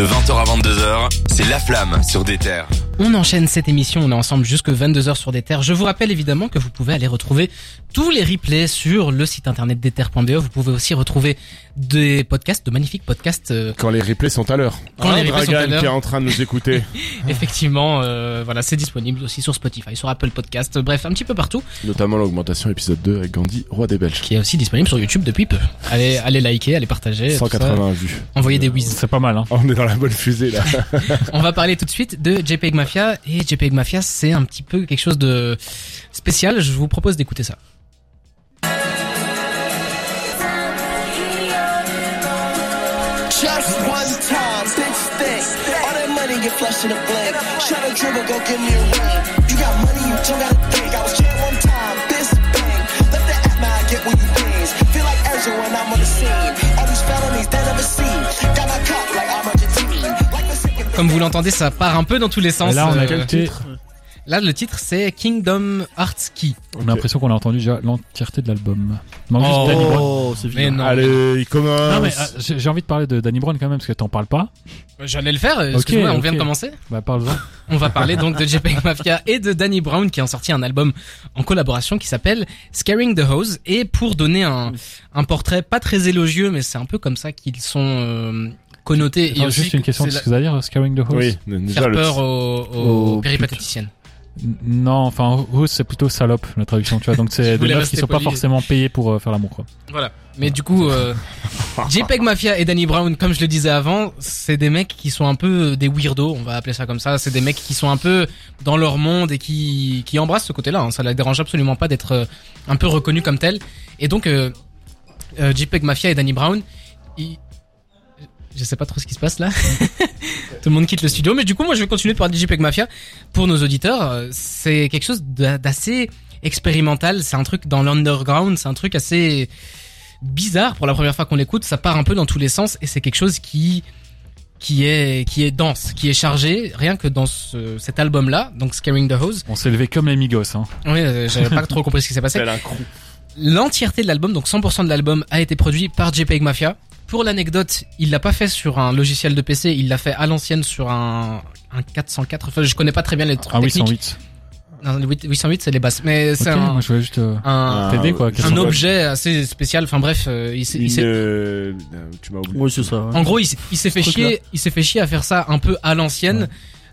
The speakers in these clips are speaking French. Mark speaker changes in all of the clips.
Speaker 1: De 20h à 22h, c'est La Flamme sur des terres.
Speaker 2: On enchaîne cette émission, on est ensemble jusque 22h sur des terres. Je vous rappelle évidemment que vous pouvez aller retrouver tous les replays sur le site internet des terres.be. E. Vous pouvez aussi retrouver des podcasts, de magnifiques podcasts. euh,
Speaker 3: Quand les replays sont à l'heure.
Speaker 2: Quand
Speaker 3: Hein,
Speaker 2: les replays sont à
Speaker 3: Dragan
Speaker 2: l'heure.
Speaker 3: qui est en train de nous écouter.
Speaker 2: Ah. effectivement, euh, voilà, c'est disponible aussi sur Spotify, sur Apple Podcast, euh, bref, un petit peu partout.
Speaker 3: Notamment l'augmentation épisode 2 avec Gandhi, roi des Belges.
Speaker 2: Qui est aussi disponible sur YouTube depuis peu. Allez, allez liker, allez partager. tout ça. Ah.
Speaker 3: 180 vues.
Speaker 2: Envoyez des whiz.
Speaker 4: C'est pas mal, hein.
Speaker 3: Oh, on est dans la bonne fusée là.
Speaker 2: On va parler tout de suite de JPEG Mafia. Et JPEG Mafia, c'est un petit peu quelque chose de spécial. Je vous propose d'écouter ça.
Speaker 5: Just one time, big stick. All that money get flushed in the blink. Try to dribble, go give me a ring. You got money, you don't gotta think. I was jail one time, this bang. Left the app, now I get what you things. Feel like Ezra when I'm on the scene. All these felonies they never seen. Got my cup like I'm Argentine. Like the second
Speaker 2: Comme vous l'entendez, ça part un peu dans tous les sens.
Speaker 4: là, on
Speaker 2: Euh,
Speaker 4: a capté-
Speaker 2: Là, le titre, c'est Kingdom Hearts Key.
Speaker 4: on a l'impression qu'on a entendu déjà l'entièreté de l'album. Il manque
Speaker 2: Oh.
Speaker 4: juste Danny Brown.
Speaker 6: c'est
Speaker 2: Mais non, euh,
Speaker 3: Allez, il commence.
Speaker 4: Non, mais ah, j'ai j'ai envie de parler de Danny Brown quand même, parce que t'en parles pas.
Speaker 2: j'allais le faire. euh, Excuse-moi, on
Speaker 4: ok.
Speaker 2: vient de commencer.
Speaker 4: Bah, parle-en.
Speaker 2: On va parler donc de JPEG Mafia et de Danny Brown qui ont sorti un album en collaboration qui s'appelle Scaring the Hose. Et pour donner un, un portrait pas très élogieux, mais c'est un peu comme ça qu'ils sont euh, connotés. et
Speaker 4: Attends,
Speaker 2: aussi
Speaker 4: Juste une question
Speaker 2: c'est
Speaker 4: de ce que vous allez dire, Scaring the Host.
Speaker 3: Oui, déjà
Speaker 2: faire
Speaker 3: le
Speaker 2: peur aux, aux
Speaker 3: aux
Speaker 2: péripatéticiennes.
Speaker 4: N- Non, enfin, host, c'est plutôt salope, la traduction, tu vois. Donc,
Speaker 2: Je
Speaker 4: c'est des
Speaker 2: voulais
Speaker 4: meufs
Speaker 2: rester
Speaker 4: qui sont pas
Speaker 2: poli.
Speaker 4: forcément payées pour euh, faire l'amour, quoi.
Speaker 2: Voilà. Mais du coup, euh, JPEG Mafia et Danny Brown, comme je le disais avant, c'est des mecs qui sont un peu euh, des weirdos, on va appeler ça comme ça. C'est des mecs qui sont un peu dans leur monde et qui, qui embrassent ce côté-là. hein. Ça la dérange absolument pas d'être euh, un peu reconnu comme tel. Et donc, euh, euh, JPEG Mafia et Danny Brown, ils... Je sais pas trop ce qui se passe là. Tout le monde quitte le studio, mais du coup, moi, je vais continuer de parler de JPEG Mafia. Pour nos auditeurs, euh, c'est quelque chose d'a- d'assez expérimental. C'est un truc dans l'underground. C'est un truc assez bizarre pour la première fois qu'on l'écoute. Ça part un peu dans tous les sens et c'est quelque chose qui qui est qui est dense, qui est chargé. Rien que dans ce- cet album-là, donc Scaring the Hose.
Speaker 4: On s'est levé comme les migos, hein.
Speaker 2: Oui, euh, j'avais pas trop compris ce qui s'est passé.
Speaker 3: tel un crew.
Speaker 2: L'entièreté de l'album, donc 100% de l'album, a été produit par JPEG Mafia. Pour l'anecdote, il l'a pas fait sur un logiciel de PC, il l'a fait à l'ancienne sur un, un 404. Enfin, je connais pas très bien les trucs
Speaker 4: Un
Speaker 2: techniques.
Speaker 4: 808.
Speaker 2: Non, le 8- 808, c'est les basses. Mais c'est
Speaker 4: Ok,
Speaker 2: un,
Speaker 4: moi, je voulais juste euh,
Speaker 2: un,
Speaker 3: Ah,
Speaker 4: t'aider, quoi.
Speaker 3: ouais.
Speaker 4: qu'est-ce
Speaker 2: un
Speaker 4: qu'on-
Speaker 2: objet assez spécial. Enfin bref, euh, il, s'est- il
Speaker 3: Une,
Speaker 2: s'est-
Speaker 3: euh, euh, tu m'as oublié.
Speaker 6: Oui, c'est ça. ouais.
Speaker 2: en gros, il, s'est- il s'est fait
Speaker 6: truc-là.
Speaker 2: chier, il s'est fait chier à faire ça un peu à l'ancienne.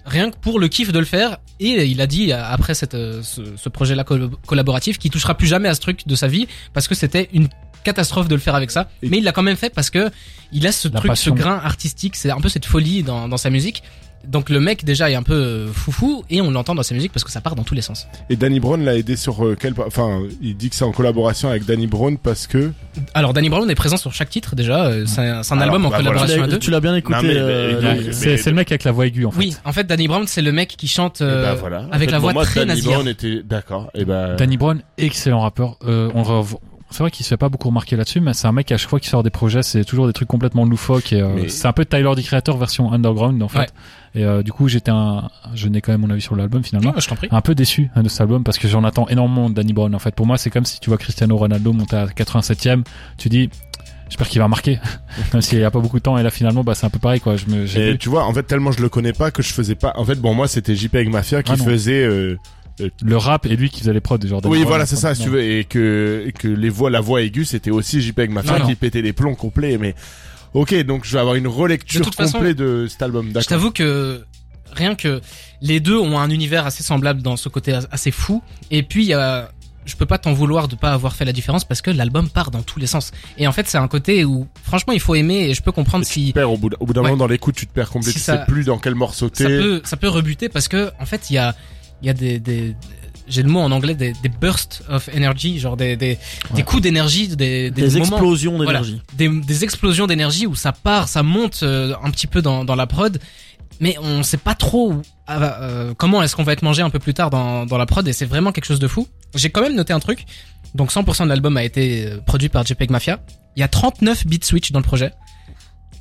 Speaker 2: Rien que pour le kiff de le faire, et il a dit euh, après cette, euh, ce, ce projet-là col- collaboratif qu'il touchera plus jamais à ce truc de sa vie parce que c'était une catastrophe de le faire avec ça.
Speaker 3: Et-
Speaker 2: Mais il l'a quand même fait parce que il a ce
Speaker 4: La
Speaker 2: truc,
Speaker 4: passion.
Speaker 2: ce grain artistique, c'est un peu cette folie dans, dans sa musique. Donc le mec déjà est un peu euh, foufou et on l'entend dans sa musique parce que ça part dans tous les sens.
Speaker 3: Et Danny Brown l'a aidé sur euh, quel. Enfin, il dit que c'est en collaboration avec Danny Brown parce que.
Speaker 2: Alors Danny Brown est présent sur chaque titre déjà. euh, C'est un, c'est un
Speaker 3: Alors,
Speaker 2: album en
Speaker 3: bah voilà.
Speaker 2: collaboration
Speaker 6: Tu l'as-
Speaker 2: à deux.
Speaker 6: Tu l'as bien
Speaker 3: Non,
Speaker 6: écouté.
Speaker 3: mais, mais,
Speaker 6: euh, Lou.
Speaker 4: Ouais,
Speaker 3: mais-
Speaker 4: c'est c'est le mec avec la voix aiguë, en fait.
Speaker 2: Oui, en fait, Danny Brown, c'est le mec qui chante euh,
Speaker 3: Eh ben, voilà. En
Speaker 2: avec
Speaker 3: fait,
Speaker 2: la
Speaker 3: pour
Speaker 2: voix
Speaker 3: moi,
Speaker 2: très
Speaker 3: Danny
Speaker 2: nasillarde.
Speaker 3: Brown était d'accord. Et ben.
Speaker 4: Danny Brown, excellent rappeur. Euh, on le rev- C'est vrai qu'il se fait pas beaucoup remarquer là-dessus, mais c'est un mec à chaque fois qui sort des projets, c'est toujours des trucs complètement loufoques. Et, euh,
Speaker 3: Mais-
Speaker 4: C'est un peu Tyler the Creator version underground en fait.
Speaker 2: Ouais.
Speaker 4: Et euh, du coup, j'étais un, je n'ai quand même mon avis sur l'album finalement.
Speaker 2: Non, je t'en prie.
Speaker 4: Un peu déçu hein, de cet album parce que j'en attends énormément de Danny Brown en fait. Pour moi, c'est comme si tu vois Cristiano Ronaldo monter à 87ème, tu dis j'espère qu'il va marquer, même s'il y a pas beaucoup de temps. Et là, finalement, bah c'est un peu pareil quoi. Je me, j'ai
Speaker 3: Et
Speaker 4: vu
Speaker 3: eh, tu vois, en fait, tellement je le connais pas que je faisais pas. En fait, bon, moi, c'était JPEG Mafia qui
Speaker 4: Ah non.
Speaker 3: faisait. euh, euh,
Speaker 4: le rap et lui qui faisait les prods genre. Danny
Speaker 3: Oui,
Speaker 4: Brown,
Speaker 3: voilà, c'est ça, si
Speaker 4: complètement.
Speaker 3: tu veux, et que, et que les voix, la voix aiguë, c'était aussi JPEG Mafia
Speaker 2: Non, non.
Speaker 3: qui pétait des plombs complets, mais ok, donc je vais avoir une
Speaker 2: De
Speaker 3: relecture
Speaker 2: toute
Speaker 3: complète
Speaker 2: façon,
Speaker 3: de cet album,
Speaker 2: Je
Speaker 3: d'accord.
Speaker 2: t'avoue que rien que les deux ont un univers assez semblable dans ce côté assez fou. Et puis, il y a- je peux pas t'en vouloir de pas avoir fait la différence parce que l'album part dans tous les sens. Et en fait, c'est un côté où, franchement, il faut aimer et je peux comprendre
Speaker 3: Et Tu
Speaker 2: si
Speaker 3: te perds au bout d'un au bout d'un
Speaker 2: Ouais.
Speaker 3: moment dans l'écoute, tu te perds complètement,
Speaker 2: Si
Speaker 3: tu
Speaker 2: ça-
Speaker 3: sais plus dans quel morceau
Speaker 2: ça
Speaker 3: t'es.
Speaker 2: peut, ça peut rebuter parce que, en fait, il y a, il y a des, des- j'ai le mot en anglais, des, des bursts of energy, genre des, des, des
Speaker 4: Ouais.
Speaker 2: coups d'énergie, des, des,
Speaker 6: Des
Speaker 2: moments
Speaker 6: explosions d'énergie.
Speaker 2: des, des explosions d'énergie où ça part, ça monte euh, un petit peu dans, dans la prod, mais on sait pas trop où- ah, bah, euh, comment est-ce qu'on va être mangé un peu plus tard dans, dans la prod et c'est vraiment quelque chose de fou. J'ai quand même noté un truc, donc 100% de l'album a été euh, produit par JPEG Mafia. Il y a 39 bits switch dans le projet.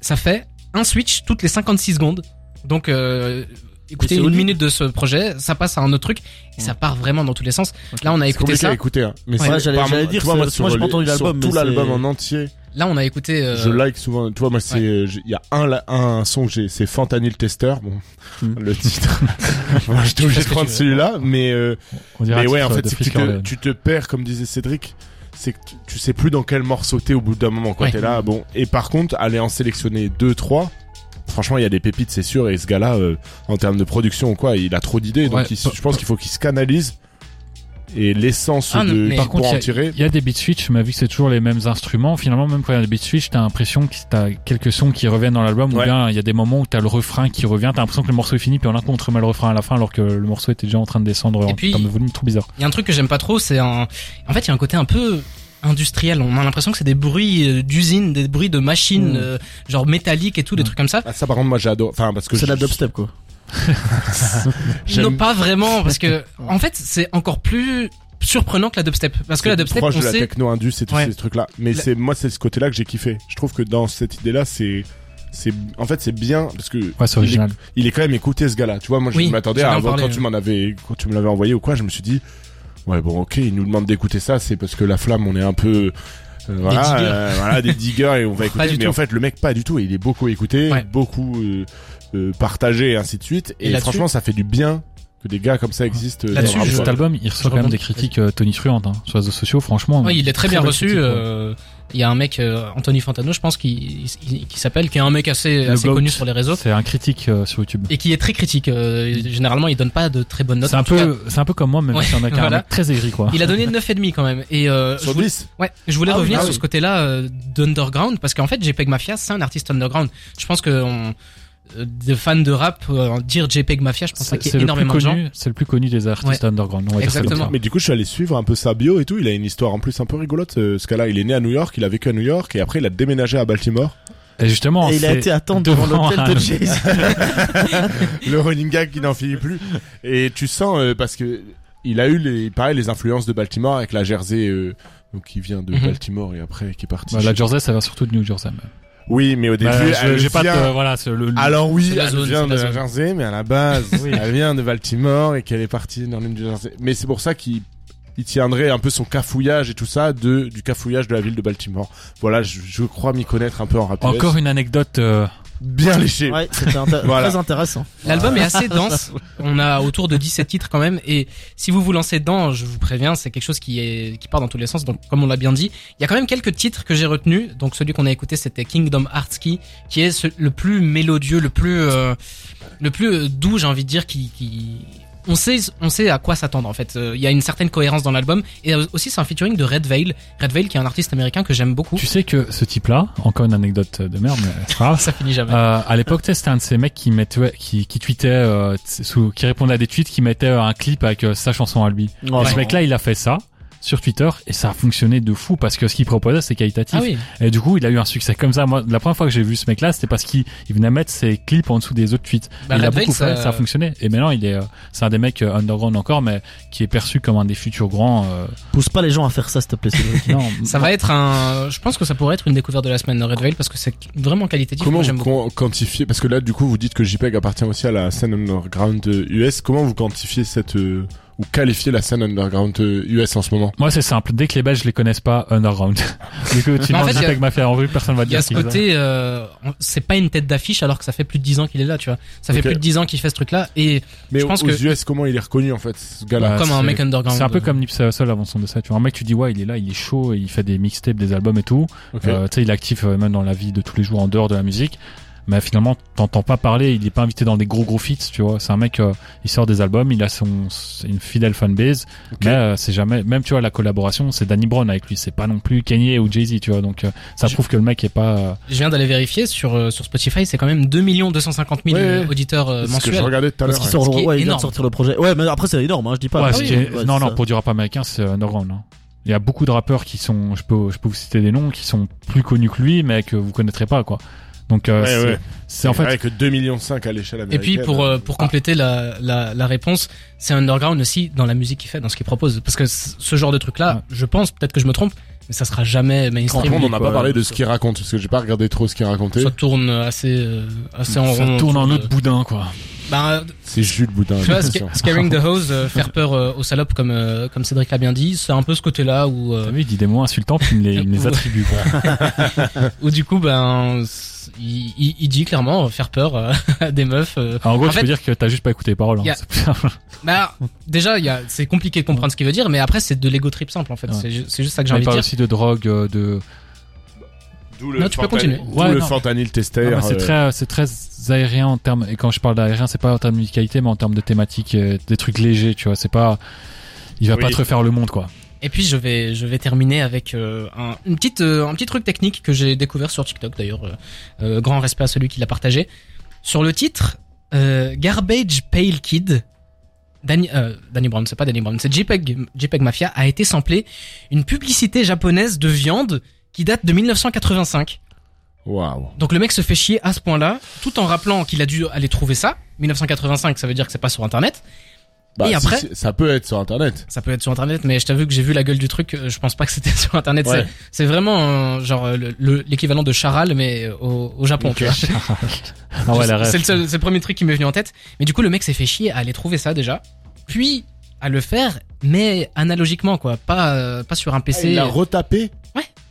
Speaker 2: Ça fait un switch toutes les 56 secondes. Donc euh, écoutez
Speaker 6: c'est
Speaker 2: une
Speaker 6: audible.
Speaker 2: minute de ce projet, ça passe à un autre truc et ça part vraiment dans tous les sens. Là on a
Speaker 3: C'est
Speaker 2: écouté
Speaker 3: compliqué
Speaker 2: ça.
Speaker 3: à écouter, hein. Mais
Speaker 6: Ouais, j'allais-
Speaker 3: par-
Speaker 6: j'allais dire,
Speaker 3: tu vois, moi,
Speaker 6: c'est- moi,
Speaker 3: sur
Speaker 6: j'ai pas
Speaker 3: les-
Speaker 6: entendu
Speaker 3: sur
Speaker 6: l'album,
Speaker 3: Tout
Speaker 6: mais
Speaker 3: l'album
Speaker 6: c'est-
Speaker 3: en entier.
Speaker 2: Là, on a écouté. euh,
Speaker 3: Je like souvent, tu vois, moi, c'est, euh, j'ai- il y a un, la- un son que j'ai, c'est Fentanyl Tester, bon,
Speaker 6: Hmm.
Speaker 4: Mm.
Speaker 3: le titre. Moi, j'étais
Speaker 2: Tu fais
Speaker 3: obligé
Speaker 2: ce
Speaker 3: de
Speaker 2: que
Speaker 3: prendre
Speaker 2: tu veux.
Speaker 3: celui-là, mais, euh,
Speaker 4: On dirait
Speaker 3: mais
Speaker 4: un
Speaker 3: ouais, en
Speaker 4: titre
Speaker 3: fait,
Speaker 4: de
Speaker 3: c'est que tu
Speaker 4: Frick
Speaker 3: te,
Speaker 4: Orleans.
Speaker 3: tu te perds, comme disait Cédric, c'est que tu, tu sais plus dans quel morceau t'es au bout d'un moment, quand
Speaker 2: Ouais.
Speaker 3: t'es là, bon. Et par contre, aller en sélectionner deux, trois, franchement, il y a des pépites, c'est sûr, et ce gars-là, euh, en termes de production ou quoi, il a trop d'idées,
Speaker 2: Ouais.
Speaker 3: donc il- je pense qu'il faut qu'il se canalise et l'essence
Speaker 2: Ah, non,
Speaker 3: de,
Speaker 2: mais-
Speaker 3: pour
Speaker 2: Par
Speaker 4: contre,
Speaker 3: en tirer.
Speaker 4: Il y a des beat switch, mais vu que c'est toujours les mêmes instruments, finalement, même quand il y a des beat switch, t'as l'impression que t'as quelques sons qui reviennent dans l'album, ou
Speaker 3: Ouais.
Speaker 4: bien il y a des moments où t'as le refrain qui revient, t'as l'impression que le morceau est fini, puis en un coup on te remet le refrain à la fin, alors que le morceau était déjà en train de descendre
Speaker 2: Et
Speaker 4: en
Speaker 2: puis-
Speaker 4: termes de volume, trop bizarre.
Speaker 2: Il y a un truc que j'aime pas trop, c'est un. En fait, il y a un côté un peu industriel. On a l'impression que c'est des bruits euh, d'usine, des bruits de machines,
Speaker 6: Mm.
Speaker 2: euh, genre métalliques et tout, des trucs comme ça.
Speaker 3: Ah, ça, par contre, moi, j'adore, enfin, parce que
Speaker 6: C'est de la
Speaker 3: je-
Speaker 6: dubstep, quoi.
Speaker 3: J'aime-
Speaker 2: Non, pas vraiment, parce que en fait, c'est encore plus surprenant que la dubstep, parce que la
Speaker 3: C'est
Speaker 2: dubstep,
Speaker 3: proche
Speaker 2: on
Speaker 3: de la
Speaker 2: sait.
Speaker 3: techno indus et tous
Speaker 2: Ouais.
Speaker 3: ces trucs là mais
Speaker 2: La-
Speaker 3: c'est moi c'est ce côté là que j'ai kiffé je trouve que dans cette idée là c'est c'est en fait c'est bien parce que
Speaker 4: Ouais,
Speaker 3: il est-
Speaker 4: c'est original.
Speaker 3: il est, quand même écouté ce gars là tu vois moi je
Speaker 2: Oui,
Speaker 3: m'attendais
Speaker 2: j'allais
Speaker 3: à
Speaker 2: en
Speaker 3: avant
Speaker 2: parler,
Speaker 3: quand
Speaker 2: ouais.
Speaker 3: tu m'en avais quand tu me l'avais envoyé ou quoi je me suis dit ouais bon ok il nous demande d'écouter ça c'est parce que la flamme on est un peu euh, voilà,
Speaker 2: diggers.
Speaker 3: euh, voilà, des diggers et on va écouter
Speaker 2: du
Speaker 3: mais
Speaker 2: tout.
Speaker 3: en fait le mec pas du tout il est beaucoup écouté
Speaker 2: Ouais.
Speaker 3: beaucoup euh, euh, partagé et ainsi de suite
Speaker 2: Et
Speaker 3: et,
Speaker 2: là-dessus-
Speaker 3: franchement ça fait du bien que des gars comme ça existent euh,
Speaker 2: Là-dessus,
Speaker 3: dans le
Speaker 2: je-
Speaker 3: rap,
Speaker 4: Cet
Speaker 3: quoi.
Speaker 4: album, il reçoit
Speaker 2: Je
Speaker 4: quand même
Speaker 2: rebondis.
Speaker 4: des critiques euh, tonitruantes hein, sur les réseaux sociaux, franchement.
Speaker 2: Ouais, il est très bien
Speaker 4: belle
Speaker 2: reçu.
Speaker 4: critique, ouais.
Speaker 2: euh, Il y a un mec, euh, Anthony Fantano, je pense, qui, qui, qui s'appelle, qui est un mec assez,
Speaker 4: Le
Speaker 2: assez
Speaker 4: GOAT,
Speaker 2: connu sur les réseaux
Speaker 4: C'est un critique euh, sur YouTube.
Speaker 2: et qui est très critique. euh, généralement, il donne pas de très bonnes notes.
Speaker 4: C'est un
Speaker 2: en tout cas.
Speaker 4: peu, c'est un peu comme moi, même
Speaker 2: Ouais,
Speaker 4: si on a qu'un
Speaker 2: voilà.
Speaker 4: mec très aigri, quoi.
Speaker 2: Il a donné 9,5 quand même. Et euh, je
Speaker 3: sur
Speaker 2: voulais-
Speaker 3: 10
Speaker 2: Ouais, je voulais
Speaker 6: Ah oui,
Speaker 2: revenir
Speaker 6: ah
Speaker 2: sur
Speaker 6: oui.
Speaker 2: ce côté-là euh, d'underground parce qu'en fait, JPEG Mafia, c'est un artiste underground. Je pense que on, euh, des fans de rap, euh, dire JPEG Mafia, je pense pas
Speaker 4: C'est
Speaker 2: qu'il y
Speaker 4: c'est
Speaker 2: ait
Speaker 4: le plus
Speaker 2: énormément de gens.
Speaker 4: connu, c'est le plus connu des artistes underground. on va dire ça comme
Speaker 2: Exactement.
Speaker 4: ça.
Speaker 3: Mais du coup, je suis allé suivre un peu sa bio et tout. Il a une histoire en plus un peu rigolote. euh, ce cas-là, il est né à New York, il a vécu à New York et après il a déménagé à Baltimore.
Speaker 4: Et justement,
Speaker 6: Et il a
Speaker 4: c'est
Speaker 6: été attendre devant l'hôtel
Speaker 4: un-
Speaker 6: de Jay-Z.
Speaker 3: Le running gag qui n'en finit plus. Et tu sens euh, parce que il a eu les pareil les influences de Baltimore avec la Jersey. euh, donc qui vient de
Speaker 2: Mhm.
Speaker 3: Baltimore et après qui est parti.
Speaker 4: Bah, la Jersey, ça va surtout de New Jersey. mais-
Speaker 3: Oui, mais au début,
Speaker 4: Bah, je-
Speaker 3: elle
Speaker 4: j'ai pas de-
Speaker 3: vient-
Speaker 4: voilà, c'est le, le-
Speaker 3: Alors oui,
Speaker 2: C'est la
Speaker 3: elle
Speaker 2: zone,
Speaker 3: vient
Speaker 2: c'est la
Speaker 3: de la
Speaker 2: zone.
Speaker 3: Jersey, mais à la base, elle vient de Baltimore et qu'elle est partie dans l'une du Jersey. Mais c'est pour ça qu'il il tiendrait un peu son cafouillage et tout ça de du cafouillage de la ville de Baltimore. Voilà, je, je crois m'y connaître un peu en rap. US.
Speaker 4: encore une anecdote. euh,
Speaker 3: bien léché.
Speaker 6: Ouais, c'était intér-
Speaker 3: Voilà.
Speaker 6: très intéressant.
Speaker 2: L'album est assez dense. On a autour de 17 titres quand même. Et si vous vous lancez dedans, je vous préviens, c'est quelque chose qui est, qui part dans tous les sens. Donc, comme on l'a bien dit, il y a quand même quelques titres que j'ai retenus. Donc, celui qu'on a écouté, c'était Kingdom Hearts Key, qui est ce- le plus mélodieux, le plus, euh, le plus euh, doux, j'ai envie de dire, qui, qui, on sait, on sait à quoi s'attendre en fait. Euh, Il y a une certaine cohérence dans l'album. Et euh, aussi, c'est un featuring de Red Veil. Red Veil, qui est un artiste américain que j'aime beaucoup.
Speaker 4: Tu sais que ce type-là, encore une anecdote de merde, mais c'est pas grave.
Speaker 2: Ça finit jamais.
Speaker 4: Euh, à l'époque, tu sais, c'était un de ces mecs qui mettait, qui, qui tweetait, euh, t- sous- qui répondait à des tweets, qui mettait euh, un clip avec euh, sa chanson à lui.
Speaker 6: Ouais.
Speaker 4: Et ce mec-là, il a fait ça sur Twitter et ça a fonctionné de fou parce que ce qu'il proposait, c'est qualitatif.
Speaker 2: ah oui.
Speaker 4: Et du coup, il a eu un succès comme ça. Moi, la première fois que j'ai vu ce mec-là, c'était parce qu'il il venait mettre ses clips en dessous des autres tweets.
Speaker 2: Bah,
Speaker 4: il a
Speaker 2: Red
Speaker 4: beaucoup
Speaker 2: Veil,
Speaker 4: fait, ça a fonctionné. Et maintenant, il est, euh, c'est un des mecs euh, underground encore, mais qui est perçu comme un des futurs grands. euh,
Speaker 6: Pousse pas les gens à faire ça, s'il te plaît. Cédric.
Speaker 4: non,
Speaker 2: Ça va être un. Je pense que ça pourrait être une découverte de la semaine de Red Veil parce que c'est vraiment qualitatif.
Speaker 3: Comment
Speaker 2: Moi,
Speaker 3: vous
Speaker 2: j'aime beaucoup.
Speaker 3: quan- quantifiez Parce que là, du coup, vous dites que JPEG appartient aussi à la scène underground euh, US. Comment vous quantifiez cette euh, ou qualifiez la scène underground euh, US en ce moment
Speaker 4: Moi, c'est simple. Dès que les Belges les connaissent pas, underground. du coup, tu
Speaker 2: Mais en
Speaker 4: manges
Speaker 2: fait,
Speaker 4: du
Speaker 2: il y a-
Speaker 4: tag mafia en rue, personne va te
Speaker 2: Il y
Speaker 4: dire
Speaker 2: a ce
Speaker 4: qui c'est.
Speaker 2: côté, euh, on- c'est pas une tête d'affiche alors que ça fait plus de 10 ans qu'il est là, tu vois. Ça fait
Speaker 3: Ok.
Speaker 2: plus de 10 ans qu'il fait ce truc-là et
Speaker 3: Mais
Speaker 2: Je
Speaker 3: aux
Speaker 2: pense
Speaker 3: aux
Speaker 2: que-
Speaker 3: US, comment il est reconnu en fait, ce gars-là
Speaker 4: Bah,
Speaker 2: comme un
Speaker 4: c'est-
Speaker 2: mec underground.
Speaker 4: C'est un peu comme Nipsey Hussle avant son décès. Tu vois, un mec, tu dis ouais, il est là, il est chaud, il fait des mixtapes, des albums et tout.
Speaker 3: Ok.
Speaker 4: Euh, tu sais, il est actif euh, même dans la vie de tous les jours en dehors de la musique. Mais finalement, t'entends pas parler. Il est pas invité dans des gros gros feats. Tu vois, c'est un mec. euh, il sort des albums, il a son c'est une fidèle fanbase.
Speaker 3: Ok.
Speaker 4: Mais euh, c'est jamais. Même tu vois la collaboration, c'est Danny Brown avec lui. C'est pas non plus Kanye ou Jay Z. Tu vois, donc euh, ça
Speaker 2: Je-
Speaker 4: prouve que le mec est pas. euh,
Speaker 2: Je viens d'aller vérifier sur, euh, sur Spotify, c'est quand même 2 250 000
Speaker 3: Ouais, ouais.
Speaker 2: euh, auditeurs euh,
Speaker 3: C'est ce que je
Speaker 2: mensuels.
Speaker 3: regardais tout à l'heure.
Speaker 6: Parce qu'ils
Speaker 3: ouais.
Speaker 6: sont,
Speaker 2: Ce qui est
Speaker 6: ouais, ils viennent
Speaker 2: énorme.
Speaker 6: de sortir le projet. Ouais, mais après, c'est énorme, hein, je dis pas.
Speaker 4: Ouais,
Speaker 6: Ah
Speaker 4: c'est
Speaker 6: oui,
Speaker 4: Jay-
Speaker 6: ouais,
Speaker 4: non, non,
Speaker 6: c'est ça.
Speaker 4: pour du rap américain, c'est underground. Hein. Il y a beaucoup de rappeurs qui sont, je peux, je peux vous citer des noms, qui sont plus connus que lui, mais que vous connaîtrez pas, quoi. Donc, euh,
Speaker 3: Ouais,
Speaker 4: c'est-
Speaker 3: ouais.
Speaker 4: c'est en fait,
Speaker 3: Avec 2,5 millions à l'échelle
Speaker 2: Et
Speaker 3: américaine. hein.
Speaker 2: puis pour euh, pour compléter la, la la réponse, c'est underground aussi dans la musique qu'il fait, dans ce qu'il propose. Parce que c- ce genre de truc-là,
Speaker 4: Ouais.
Speaker 2: je pense, peut-être que je me trompe, mais ça sera jamais
Speaker 3: Par
Speaker 2: mainstream.
Speaker 3: contre, on n'a
Speaker 4: quoi,
Speaker 3: pas parlé de ce
Speaker 4: ça-
Speaker 3: qu'il raconte, parce que j'ai pas regardé trop ce qu'il racontait.
Speaker 2: Ça tourne assez euh, assez en
Speaker 4: ça
Speaker 2: rond.
Speaker 4: tourne en
Speaker 2: autour de-
Speaker 4: autre boudin, quoi.
Speaker 2: Ben, euh,
Speaker 3: C'est Jules Boudin.
Speaker 2: tu vois,
Speaker 3: j'ai
Speaker 2: sca-
Speaker 3: l'impression.
Speaker 2: scaring the hose, euh, faire peur euh, aux salopes comme euh, comme Cédric l'a bien dit, c'est un peu ce côté-là où euh,
Speaker 4: T'as vu, il dit des mots insultants, puis il me les, il me les attribue. quoi.
Speaker 2: où du coup ben s- il, il- il dit clairement euh, faire peur euh, à des meufs. euh.
Speaker 4: Alors, en gros,
Speaker 2: En
Speaker 4: je
Speaker 2: fait-
Speaker 4: peux dire que t'as juste pas écouté les paroles. hein.
Speaker 2: Y a-
Speaker 4: C'est plus simple.
Speaker 2: Bah déjà il y a c'est compliqué de comprendre ce qu'il veut dire, mais après c'est de l'ego trip simple en fait.
Speaker 4: Ouais.
Speaker 2: C'est ju- c'est juste ça que j'ai
Speaker 4: Mais Il
Speaker 2: envie de
Speaker 4: parle
Speaker 2: dire.
Speaker 4: aussi de drogue, euh, de.
Speaker 3: D'où le
Speaker 2: Non, tu peux
Speaker 3: fentanyl-
Speaker 2: continuer.
Speaker 3: d'où
Speaker 4: Ouais,
Speaker 3: le
Speaker 4: non.
Speaker 3: fentanyl tester.
Speaker 4: Non, mais c'est
Speaker 3: euh,
Speaker 4: très, c'est très aérien en termes. Et quand je parle d'aérien, c'est pas en termes de musicalité, mais en termes de thématique, euh, des trucs légers, tu vois. C'est pas. Il va
Speaker 3: Oui.
Speaker 4: pas te refaire le monde, quoi.
Speaker 2: Et puis je vais je vais terminer avec euh, un, une petite euh, un petit truc technique que j'ai découvert sur TikTok d'ailleurs. euh, euh, grand respect à celui qui l'a partagé. Sur le titre euh, Garbage Pale Kid, Danny, euh, Danny Brown, c'est pas Danny Brown, c'est JPEG, JPEG Mafia a été samplé une publicité japonaise de viande qui date de 1985.
Speaker 3: Waouh.
Speaker 2: Donc le mec se fait chier à ce point-là, tout en rappelant qu'il a dû aller trouver ça. 1985, ça veut dire que c'est pas sur internet.
Speaker 3: Bah,
Speaker 2: Et
Speaker 3: si,
Speaker 2: après-
Speaker 3: si, ça peut être sur internet.
Speaker 2: Ça peut être sur internet, mais je t'avoue que j'ai vu la gueule du truc. euh, Je pense pas que c'était sur internet.
Speaker 3: Ouais.
Speaker 2: C'est- C'est vraiment euh, genre euh, le- le- l'équivalent de charal, mais euh, au, au Japon. tu vois.
Speaker 4: Ah ouais, la
Speaker 2: C'est-
Speaker 4: ref.
Speaker 2: c'est le, seul- c'est le premier truc qui m'est venu en tête. Mais du coup, le mec s'est fait chier à aller trouver ça déjà, puis à le faire, mais analogiquement quoi, pas euh, pas sur un PC.
Speaker 3: Ah, Il l'a retapé.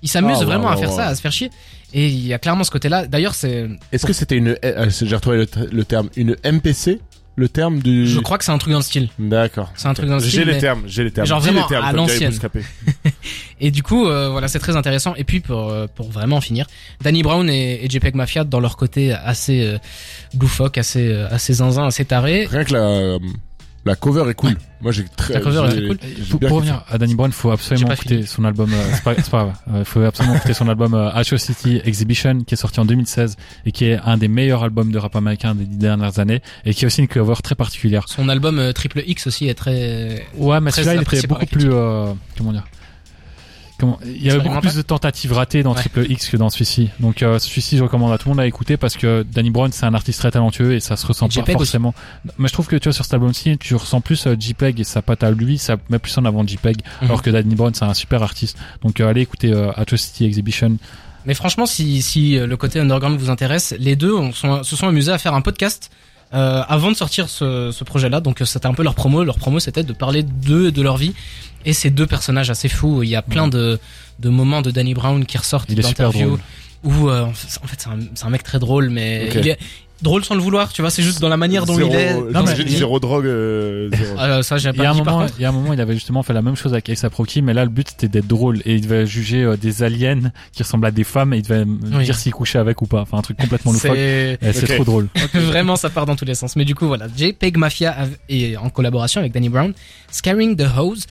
Speaker 2: Il s'amuse
Speaker 3: Ah, ouais,
Speaker 2: vraiment à
Speaker 3: ouais,
Speaker 2: faire
Speaker 3: ouais.
Speaker 2: ça, à se faire chier. Et il y a clairement ce côté-là. D'ailleurs, c'est,
Speaker 3: Est-ce que c'était une. euh, J'ai retrouvé le, t- le terme. Une MPC Le terme du.
Speaker 2: je crois que c'est un truc dans le style.
Speaker 3: D'accord.
Speaker 2: C'est un truc dans le style,
Speaker 3: J'ai les
Speaker 2: mais-
Speaker 3: termes, j'ai les termes.
Speaker 2: Genre
Speaker 3: Dis les
Speaker 2: vraiment
Speaker 3: termes,
Speaker 2: à
Speaker 3: comme dirait
Speaker 2: l'ancienne.
Speaker 3: Bouscapé.
Speaker 2: Et du coup, euh, voilà, c'est très intéressant. Et puis pour euh, pour vraiment en finir, Danny Brown et, et JPEG Mafia dans leur côté assez euh, loufoque, assez euh, assez zinzin, assez taré.
Speaker 3: Rien que la, euh, la cover est cool.
Speaker 2: Ouais.
Speaker 3: Moi j'ai très.
Speaker 2: La cover est
Speaker 3: j'ai-
Speaker 2: très cool.
Speaker 3: j'ai
Speaker 4: Pour,
Speaker 3: bien
Speaker 4: pour
Speaker 3: kiffé.
Speaker 4: revenir à Danny Brown, faut absolument
Speaker 2: J'ai pas
Speaker 4: écouter
Speaker 2: fini.
Speaker 4: son album. euh, c'est pas, c'est pas grave. Euh, faut absolument écouter son album euh, Atrocity Exhibition qui est sorti en 2016 et qui est un des meilleurs albums de rap américain des dix dernières années et qui a aussi une cover très particulière.
Speaker 2: Son album euh, Triple X aussi est très.
Speaker 4: Ouais, mais
Speaker 2: Très
Speaker 4: celui-là il était
Speaker 2: apprécié par la
Speaker 4: beaucoup plus euh, comment dire. Comment, il y avait beaucoup plus de tentatives ratées dans
Speaker 2: Ouais.
Speaker 4: Triple X que dans celui-ci. Donc euh, celui-ci, je recommande à tout le monde à écouter parce que Danny Brown, c'est un artiste très talentueux et ça se ressent
Speaker 2: Et
Speaker 4: pas
Speaker 2: JPEG aussi.
Speaker 4: forcément. Mais je trouve que tu vois sur cet album-ci, tu ressens plus euh, JPEG et sa patte à lui, ça met plus en avant JPEG.
Speaker 2: Mhm.
Speaker 4: Alors que Danny Brown, c'est un super artiste. Donc euh, allez écouter euh, Atrocity Exhibition.
Speaker 2: Mais franchement, si si euh, le côté underground vous intéresse, les deux on sont- se sont amusés à faire un podcast. euh, avant de sortir ce, ce projet-là, donc euh, c'était un peu leur promo. Leur promo, c'était de parler d'eux et de leur vie. Et ces deux personnages assez fous, il y a plein de, de moments de Danny Brown qui ressortent
Speaker 4: Il est super
Speaker 2: d'interviews.
Speaker 4: drôle.
Speaker 2: où euh, en fait en fait, c'est un, c'est un mec très drôle mais
Speaker 3: Ok.
Speaker 2: il est drôle sans le vouloir tu vois c'est juste dans la manière dont
Speaker 3: Zéro-
Speaker 2: il est
Speaker 3: euh,
Speaker 2: dans
Speaker 4: mais-
Speaker 2: ce qu'il dit.
Speaker 3: Zéro drogue. euh, zéro-
Speaker 2: Euh, ça j'ai
Speaker 4: Il y, a
Speaker 2: pas
Speaker 4: un
Speaker 2: dit par
Speaker 4: moment,
Speaker 2: contre
Speaker 4: il y a un moment, il avait justement fait la même chose avec Ace Rocky, mais là, le but c'était d'être drôle et il devait juger euh, des aliens qui ressemblent à des femmes et il devait me
Speaker 2: Oui.
Speaker 4: dire s'il couchait avec ou pas. Enfin, un truc complètement loufoque.
Speaker 2: c'est
Speaker 4: Eh, C'est
Speaker 3: Ok.
Speaker 4: trop drôle.
Speaker 2: vraiment ça part dans tous les sens mais du coup voilà JPEG Mafia av- et en collaboration avec Danny Brown Scaring the Hose